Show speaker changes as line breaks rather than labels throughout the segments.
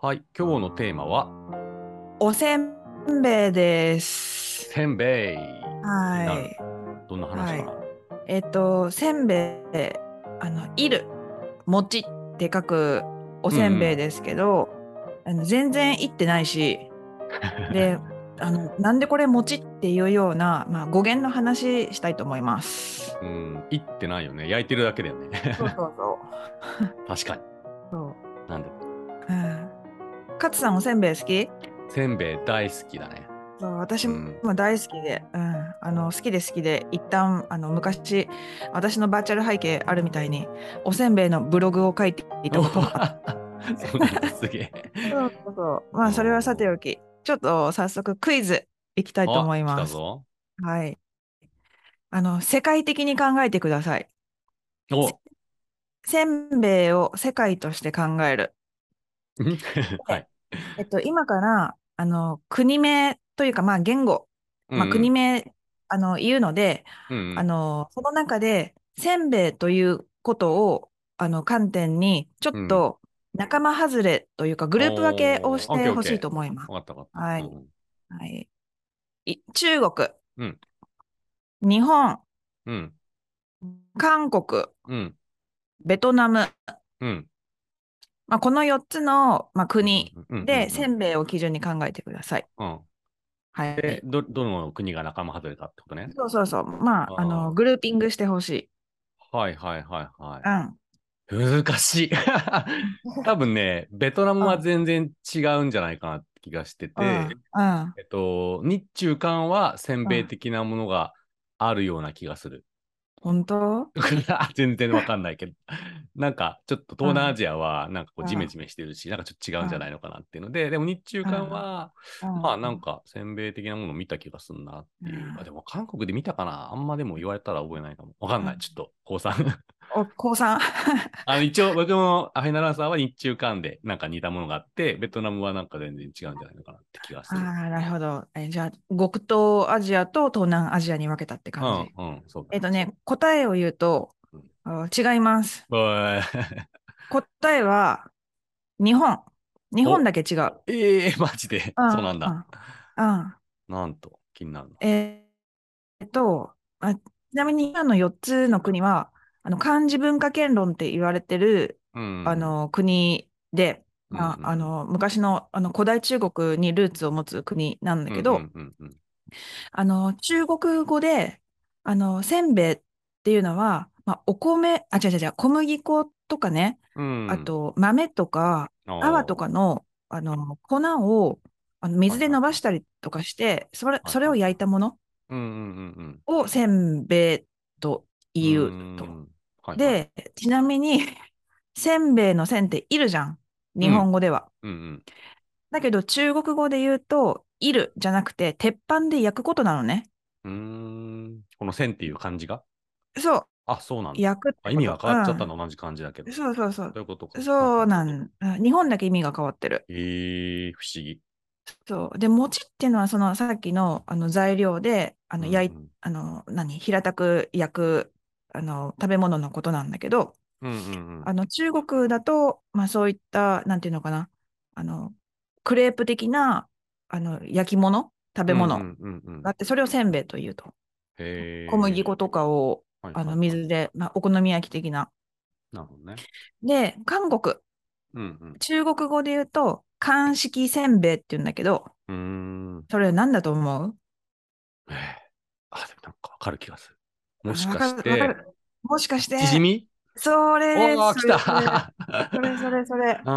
はい、今日のテーマは
おせんべいです。
せんべい。な
は
るどんな話かな。
い。えっと、せんべい、あの、いる、餅って書くおせんべいですけど、あの全然いってないし、で、あの、なんでこれ餅っていうような、まあ、語源の話したいと思 います。
うん、いってないよね。焼いてるだけだよね。
そうそうそ
確かに。
う。そ
なんで。
う。うん。勝さん、おせんべい好き
せんべい大好きだね。
そう私
うん
も大好きで、うんあの好きで好きで一旦あの昔私のバーチャル背景あるみたいにおせんべいのブログを書いていたこともあっ
そうなんだすげえ。
てそうそうそうまあそれはさておきちょっと早速クイズいきたいと思い
あ
ま
来た
す。
ぞ。
はい、あの世界的に考えてください。
おん
せんべいを世界として考える。
はい。
えっと、今からあの国名というか、まあ、言語、まあ、国
名、
名、あの言うので、
うんうん
あのその中でせんべいということをあの観点にちょっと仲間外れというかグループ分けをし
おーオッケ
て
ーオッ
ほ
ケー
しいと思います。
わかったわかった。
はい
うん
はい、い中国、
うん
日本、
うん。
韓国、
うん。
ベトナム、
うん。
まあ、この4つの、まあ、国
うん。うん
でせんべいを基準に考えてください。
うん。
は
で
い、
ど、どの国が仲間外れたってことね。
そうそうそう、まあ、あ
あー
のグルーピングしてほしい。
はいはいはいはい。
うん、
難し い。多分ね、ベトナムは全然違うんじゃないかなって気がしてて、
うん、うん
えっと、日中韓はせんべい的なものがあるような気がする。
本当
全然わかんないけど。なんか、ちょっと東南アジアは、なんかこ
う
うんジメジメしてるし、なんかちょっと違うんじゃないのかなっていうので、でも日中韓は、まあなんかせんべい的なものを見た気がするなっていうう。
ん
あでも韓国で見たかなあんまでも言われたら覚えないかも。わかんな
う
い。
ん
ちょっと、高3。
お 高三
あの一応、僕もアフェナランサーは日中間でなんか似たものがあって、ベトナムはなんか全然違うんじゃないのかなって気がす
あ
る。
あ、なるほど。えじゃあ、極東アジアと東南アジアに分けたって
う
感じ。
ん、うん、そうだ
えっ、とね、答えを言うと、あ違います。
おい
答えは、日本。日本だけ違う。
ええマジで。
うん
そうなんだ。
うん。
なんと、気になるの。
えーえっとあ、ちなみに今の4つの国は、あの漢字文化圏論って言われてる、
うん、
あの国で、ま
うんうん
あ、あの昔のあの古代中国にルーツを持つ国なんだけ
う
ど、
んうんうん
あの中国語であのせんべいっていうのは、まあ、お米あ違う違う違う小麦粉とかね、
うん、うん
あ、と豆とか泡とかのあの粉をあの水で伸ばしたりとかしてそれ
いはい
それを焼いたもの
うんうんうんうん。
をせんべいと言
ん
うと。
はいはい、
でちなみに せんべいのせんっているじゃん日本語では。
うんうん、
だけど中国語で言うと「いる」じゃなくて鉄板で焼くことなのね。
うーん。この線っていう漢字が
そう
あ、そうなんだ。
焼くってこ
あ
と
意味が変わっちゃった
うん
の、同じ漢字だけど。
そうそうそ
そ
う
ういうことか。
そうなん、うん日本だけ意味が変わってる。
ええ不思議。
そう。で、餅っていうのは、そのさっきのあの材料で、あの、焼い、
うん
あの、何、平たく焼く、あの、食べ物のことなんだけど、
うんうんうんうん
あの、中国だと、まあそういった、なんていうのかな、あの、クレープ的な、あの、焼き物、食べ物
う
が
んうんうんうん
あって、それをせんべいというと。
へー
小麦粉とかを、
はいは
あ
いは
の、
い
水で、まあ、お好み焼き的な。
なるほどね。
で、韓国、
うん
中国語で言うと、韓式せんべいって言うんだけど、
うん。うーん。
それ何だと思う
えーあ、でもなんかわかる気がする。もしかし
わか
て
るわ、かるもしかして、
縮み
そ
お
れ、
ー、
そ
来
れ
た
それ、それ、それ。
あ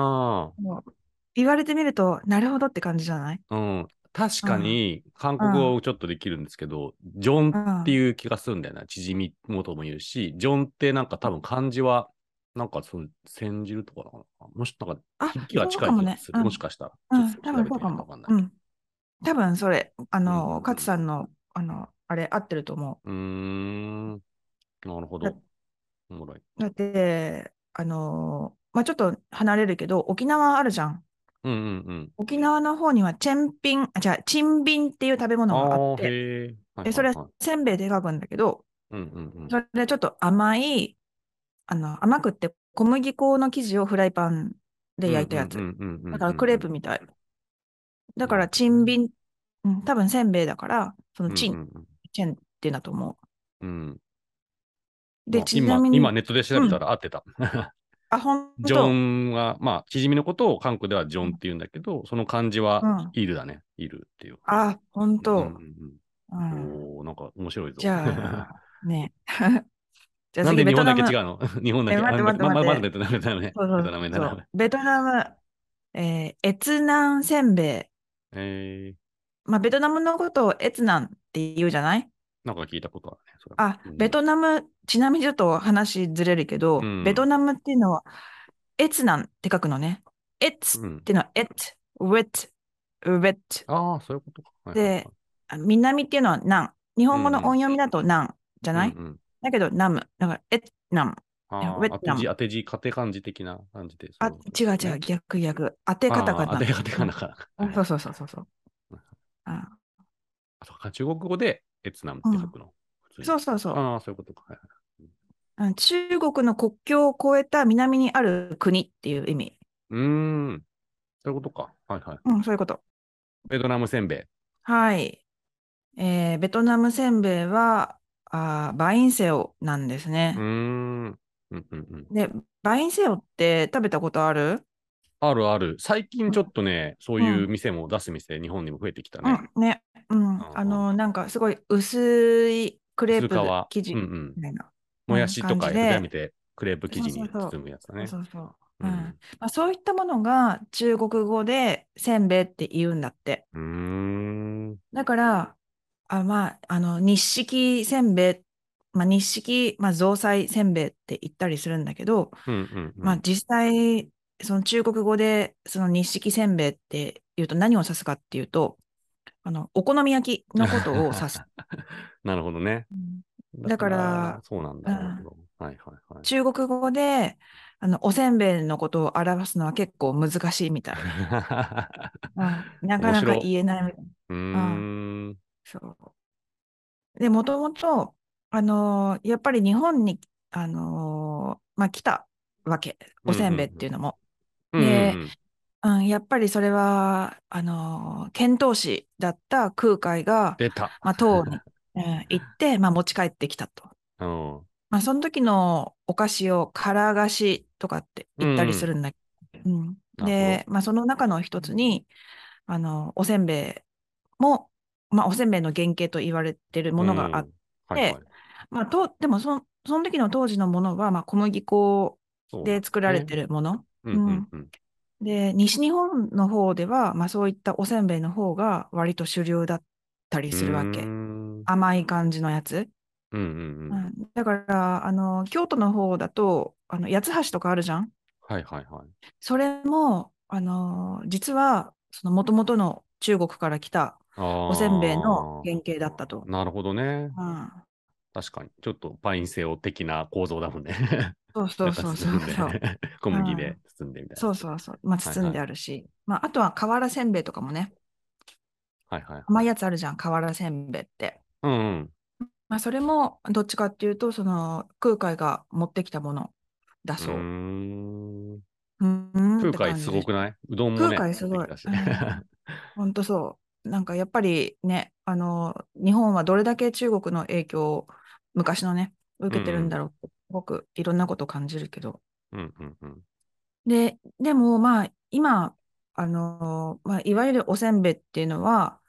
もう言われてみると、なるほどって感じじゃない
ーうん。確かに、韓国語をちょっとできるんですけど、ジョンっていう気がするんだよな。縮みもとも言うし、ジョンってなんか多分漢字は、なんかそう、煎じるとかなのかな。もし、なんか、
あ、
息が
そう
近い
かも
気が
ね。
する。
うん
もしかしたら。
うん
ちょっと
多
調べて
分そ
みない
うか
とわ
も
かんない。。
うん。多分それ、あ
うんうんう
の
ん、
勝さんの、あの、あれ、合ってると思
うーん。なるほ
だ
ど。おもろい。
う。だって、あの、まあ、ちょっと離れるけど、沖縄あるじゃん。
うんうん
沖縄の方には、チェンピン、あ、じゃあ、チンビンっていう食べ
うん。
物があっ
ー
て、
へえ。はいはいは
で、
い
それはせんべいで書くんだけど、
うんうん
それでちょっと甘い、あの甘くって小麦粉の生地をフライパンで焼いたやつ。
つ
だからクレープみたい。だから、チンビン、うん、多分せんべいだから、そのチン、
うんうん
チェンっていうんだと思
うんうん
う。で、
まあ
ちなみに、
今、今ネットで調べたら合ってた。
あ、ほんと
ジョンは、まあ、チヂミのことを韓国ではジョンって言うんだけど、その漢字
うん
はイルだね。イルっていう。
あ、ほん
う
と
ん。
う
うん
ん
うんおーなんか面白いぞ。
じゃあ、ね。 じゃあ
なんで
次、ベ
日
ト
本
ナ
だ
ム
け違うの 日本だけ。
え待って待って
あままま
待
だ
って
ベトナムだね。ベ
そうそう
トナムだ
そ
ね
う。ベトナム、えー、越南せんべい。
えー
まあ、ベトナムのことを越南って言うじゃない
なんか聞いたことあるね。それ
あ、ベトナム、ちなみにちょっと話ずれるけど、
うん
ベトナムっていうのは、越南って書くのね。越っ
うん
ていうのは、越、wet、wet。
ああ、そういうことか。はい
で
はいはい
あ南っていうのは南。日本語の音読みだと南じゃない、
うんうん
だけど南無。だから、越南。
あ
ベ
ー
ト
当て
ナム
字、当て字、当て漢字的な感じで。
あ、
そう
違う違う、。逆逆。当て
あ
方か
ー
な。
当て方かな。か
う
ら
んそうそうそうそうそう。あ
あそうか中国語でエツナムって書くの。普通に
そうそうそう。
ああ、そういうことか。はいはい
うん中国の国境を越えた南にある国っていう意味。
うーん。そういうことか。はいはい。
うん、そういうこと。
ベトナムせんべい。
はい。えーベトナムせんべいは、あーバインセオなんです
うー
ね。
ん。うんうんうん、
で、バインセオって食べたことある
あるある。最近ちょっとね、そういう店も出す店、日本にも増えてきたね。
うん、ね。うん。
ー
あの、なんかすごい薄いクレープ
薄皮
生地
うんう
み
ん、
たいな。
もやしとか
感じで
炒めてクレープ生地に包むやつだね。
そうそう。
う
うんんまあ、そういったものが中国語でせんべいって言うんだって。
うーん。
だから、あまあ、あの日式せんべい、まあ、日式、まあ、雑菜せんべいって言ったりするんだけど、
うんうんうん
まあ、実際その中国語でその日式せんべいって言うと何を指すかっていうとあのお好み焼きのことを指 す。
なるほどね。
うんだから
そうなんだ。
うん
なるほどはいはいはい。
中国語であのおせんべいのことを表すのは結構難しいみたい。 うんなかなか言えないみたい。
うーん。
そう。で、もともと、あのーやっぱり日本に、あのーまあ、来たわけ。おせんべいっていうのも。で
うん
うんやっぱりそれは、あのー遣唐使だった空海が、
出た。
まあ、唐 に、うん行って、まあ、持ち帰ってきたと。
うん。
まあ、その時のお菓子をから菓子とかって言ったりするんだけど、うん
ど
で、まあ、その中の一つに、あの、おせんべいも、まあ、おせんべいの原型と言われてるものがあって、
うんはいはい
まあ、とでもその、その時の当時のものは、まあ、小麦粉
そう
で作られてるもの。
うんうんうん。
で、西日本の方では、まあ、そういったおせんべいの方が割と主流だったりするわ
うー
け。
ん
甘い感じのやつ。
うんうんう。
うんんだから、あの、京都の方だと、あの、八つ橋とかあるじゃん。
はいはいはい。
それも、あの、実は、その、もともとの中国から来た
お
おせんべいの原型だったと。
なるほどね。
うん。
確かに。ちょっとパインセオ的な構造だもんね。
そう そうそう そう
なんか
そ
包ん
う。
で小麦で包んでみたいな。
そうそうそう。まあ、包んであるし。まあ、あとは瓦せんべいとかもね。
はいはい。
甘いやつあるじゃん、瓦せんべいって。
うんうん。
まあ、それもどっちかっていうと、その空海が持ってきたものだそう
ー
う。
ん
うん、
空海すごく
い。
ないうんどんもね。
空海すごい
出てきたし
本当そう。なんかやっぱりね、あの、日本はどれだけ中国の影響を昔のね、受けてるんだろうって、すごくいろんなことを感じるけど。
うんうんうん。
で、でもまあ、今、あの、まあ、いわゆるおせんべいっていうのは、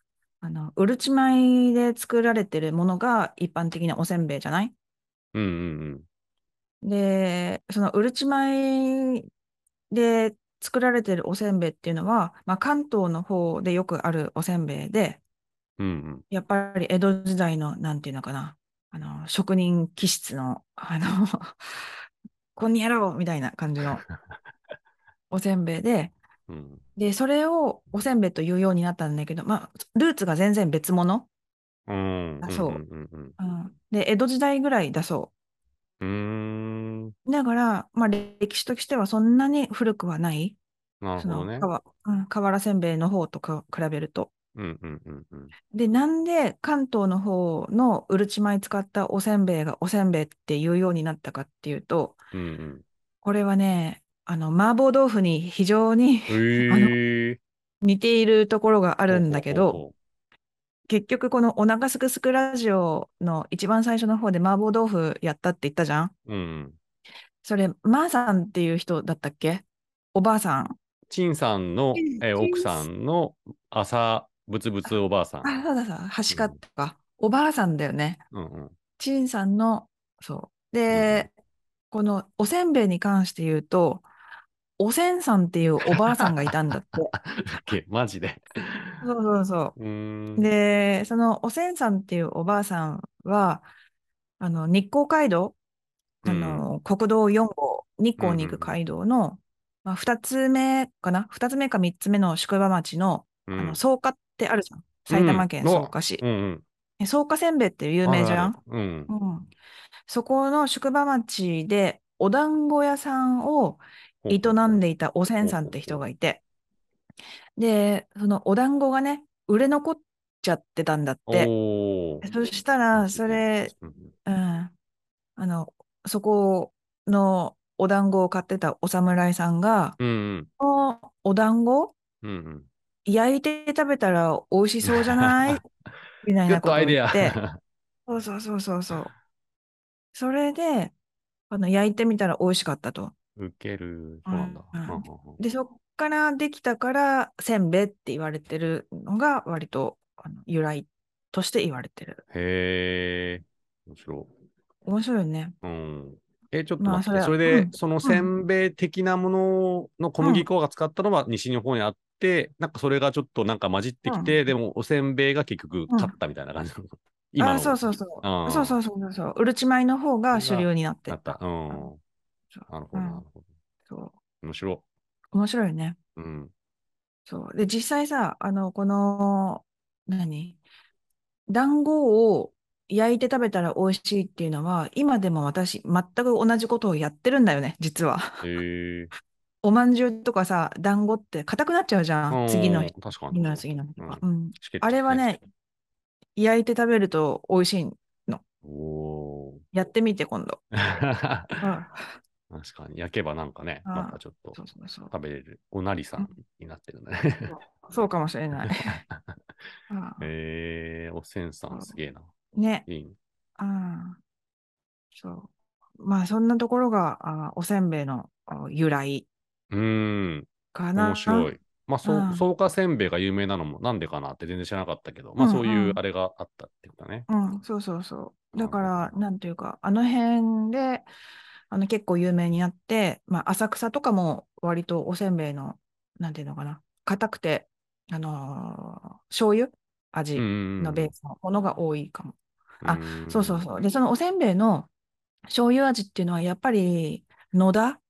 あの、うるち米で作られてるものが一般的なおせんべいじゃない
うんうん
で、そのうるち米で作られてるおせんべいっていうのは、まあ、関東の方でよくあるおせんべいで、
うん。うん
やっぱり江戸時代の、なんていうのかな、あの、職人気質の、あの、 こんにやろうみたいな感じ のおせんべいで、
うんうん。
で、それをおせんべいというようになったんだけど、まあ、ルーツが全然別物。
うん
あそうん
んうん
うん、で、江戸時代ぐらいだそう。
うん。うーん。
だから、まあ、歴史としてはそんなに古くはない、
なる
そ
ほど
の
ね。
かわ、うん、瓦せんべいの方とか比べると。
うんうんうんうん。
で、なんで関東の方のうるち米使ったおせんべいがおせんべいっていうようになったかっていうと、
うんうん。
これはね、あの麻婆豆腐に非常に
へえ。
似ているところがあるんだけ
ほう
ど、
ほ
結局このお腹すくすくラジオの一番最初の方で麻婆豆腐やったって言ったじゃん
うほう。うん。
それ、まーさんっていう人だったっけおばあさん。
陳さんの、えー
陳
奥さんの朝ぶつぶつおばあさん。
あ、そうだそうだ、はしかとか、おばあさんだよね。
うんうん。
ちんさんの、そう。で、このおせんべいに関して言うと、おせんさんっていうおばあさんがいた んだって。
だっけマジで。
そうそうそう
ー
う。
ん。
で、そのおせんさんっていうおばあさんは、あの、日光街道、あの、国道4号、日光に行く街道の、まあ、2つ目かな ?2 つ目か3つ目の宿場町の、
うん、
あ
うん
の、草加ってあるじゃん。埼玉県
うん
草加市
う。ん
え草加せんべいって
う
有
ん。
名じゃ
あ
ん
る。あるうん。
うん、そこの宿場町でお団子屋さんを営んでいたおせんさんって人がいて、で、そのお団子がね、売れ残っちゃってたんだって。
おー
そしたら、それ、、
うん
うん、あの、そこのお団子を買ってたお侍さんが、
うん
このお団子
うんうん
焼いて食べたら美味しそうじゃない みた
う
い
ん。グッ
な
ド
こと
ア
を
イデ
言
ア。
って、そうそうそうそうそう。それで、あの、焼いてみたら美味しかったと。
受ける。そうなんだ。
うんう
は
ん
んはんはん
で、そっからできたから、せんべいって言われてるのが、割と、あの、由来として言われてる。
へえ。面白
面白いよね。
い。うん。え、ちょっと
まあ
待って、
そ
そ
れ
れ
う
で
ん、
そのせんべい的なものの小麦粉が使ったのは西日本にあって、なんかそれがちょっとなんか混じってきて、でもおせんべいが結局勝ったみたいな感じの。今の
あ、そうそうそう。
あー
そうそうそうそうそう。うるち米の方が主流になって
な
っ。
ったた。うん。
そう
なるほ
う
ど、
ん
なるほど。
そう
面白い。
面白いよね。
うん。
そう。で、実際さ、あの、この、何団子を焼いて食べたら美味しいっていうのは、今でも私、全く同じことをやってるんだよね、実は。
へえ。
おまんじゅうとかさ、団子って硬くなっちゃうじゃん。次の
うん
日、
確か
次
に。
の日次の日とか。
う
うん
チケット
あれはね、焼いて食べると美味しい。
お
やってみて、今度。
ー
うん
確かに。焼けばなんかね、
うん
またちょっと
そうそうそう。
食べれる。おなりさんになってるね。
そうかもしれ ない。うん
へえ、おせんさ
うん
んすげえな。
ね。
いいね
うんそう。まあ、そんなところが、あおせんべいのあ由来
うーん、
かな。
面白い。まあ、そう
うん
草加せんべいが有名なのもなんでかなって全然知らなかったけど、まあ
うん
そういううんあれがあったってことね。
うん、そうそうそう。だか
なる
ら、
ほ
なんていうか、あの辺で、あの結構有名になって、まあ、浅草とかも割とおせんべいの、なんていうのかな、硬くて、あのー醤油味のベースのものが多いかも。あそうそうそう。で、そのおせんべいの醤油味っていうのは、やっぱり野田、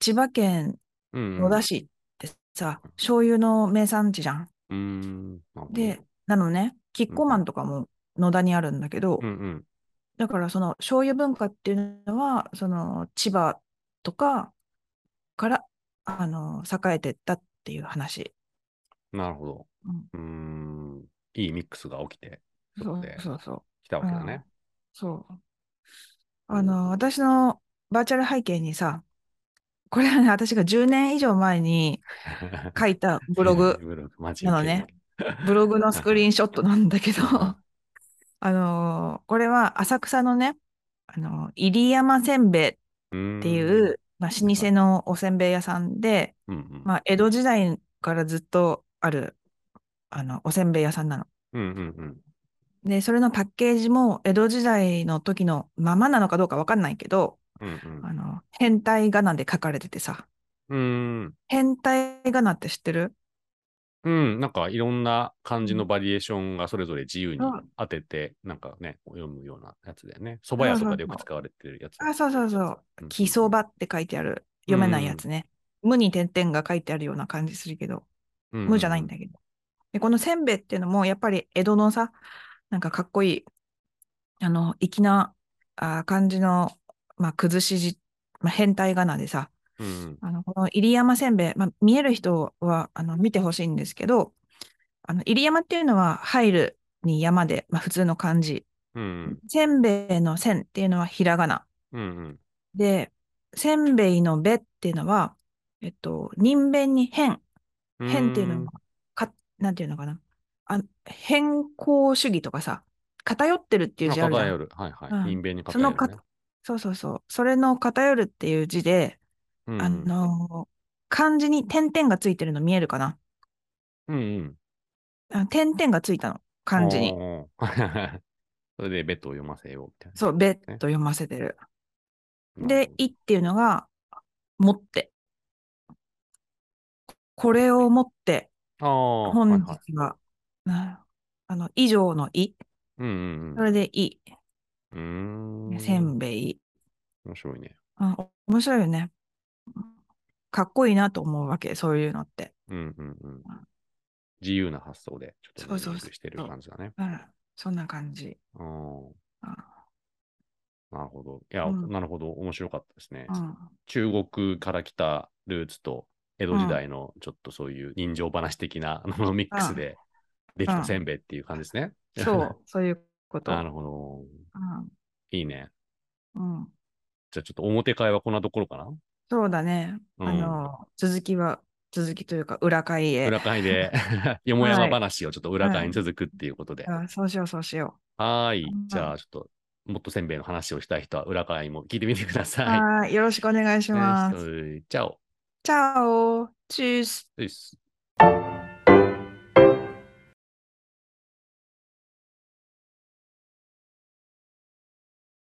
千葉県
うん。
野田市ってさ、醤油の名産地じゃん。
うん。うん、
で、なのね、キッコーマンとかも野田にあるんだけど、
うんうん。
だからその醤油文化っていうのはその千葉とかからあの栄えてったっていう話。
なるほど。
うん
うーん。いいミックスが起きて
そう
で
そうそう。
きたわけだね。
そう。あの私のバーチャル背景にさ、これはね私が10年以上前に 書いたブログ、
ブログ、マジ
なのね。ブログのスクリーンショットなんだけど、あのこれは浅草のね、あの入山せんべいっ
って
いう、、まあ、老舗のおせんべい屋さんで、
うんうん
まあ、江戸時代からずっとある、あの、おせんべい屋さんなの。
うんうん
で、それのパッケージも江戸時代の時のままなのかどうかわかんないけど、
うんうん
あの、変態仮名で書かれててさ。
うん。
変態仮名って知ってる
うん。うん。なんかいろんな漢字のバリエーションがそれぞれ自由に当てて、なんかね、読むようなやつだよね。蕎麦屋とかでよく使われてるやつ。
あ、そうそうそう。
ん。
木そばって書いてある。読めないやつね。無に点々が書いてあるような感じするけど、
うん。
無じゃないんだけど。で、このせんべいっていうのも、やっぱり江戸のさ、なんかかっこいい、あの、粋なあー感じの、まあ、崩し字、まあ、変態仮名でさ、
うんうん。
あの、この入山せんべい、まあ、見える人は、あの、見てほしいんですけど、あの、入山っていうのは、入るに山で、まあ、普通の漢字。
うん
せんべいのせんっていうのはひらがな。
うん。うんうん。
で、せんべいのべっていうのは、えっと、人弁に変。
うん
変っていうのは、か、なんていうのかな。あ変更主義とかさ、偏ってるっていう字あるじゃん
偏る。はいはい。
うん
人弁に偏
そ
る、ね。
のか、そうそうそう。それの偏るっていう字で、
うんうん
あ、の、漢字に点々がついてるの見えるかな
うんうん、
あ点々がついたの、漢字に。
おー。 それでベッドを読ませようみたいな。
そう、べっと読ませてる。
なる
で、いっていうのが、持って。これを持って、
ほど、ああ、はい
本
はい。
日は、なあの、以上のい、
うんうん
それでい、
うん。うーん。
せんべい。
面白いね。
うん、面白いよね。かっこいいなと思うわけ、そういうのって。
うんうんうん。自由な発想で、ちょっと
そうそ
リ
うそう
ンクしてる感じだね。
うん、そんな感じ。
うん
うん
なるほど。いや、
うん
なるほど。面白かったですね。
うん
中国から来たルーツと、江戸時代のちょっとそういう人情話的なあのミックスででき
う
た
ん
せんべいっていう感じですね。
そう、そういうこと。
なるほど。いいね。
うんうん、
じゃあちょっと表会はこんなところかな
そうだね。あの、続きは、続きというか、裏会へ。
裏会 で、よもやま話をちょっと裏会に続くっていうことで。
あそうしよう、そうしよ
はーい
は。い
じゃあちょっと、もっとせんべいの話をしたい人は裏会も聞いてみてくだ
う。
さい。
はい、よろしくお願いします。
はいチャオ
チャオチュース
です。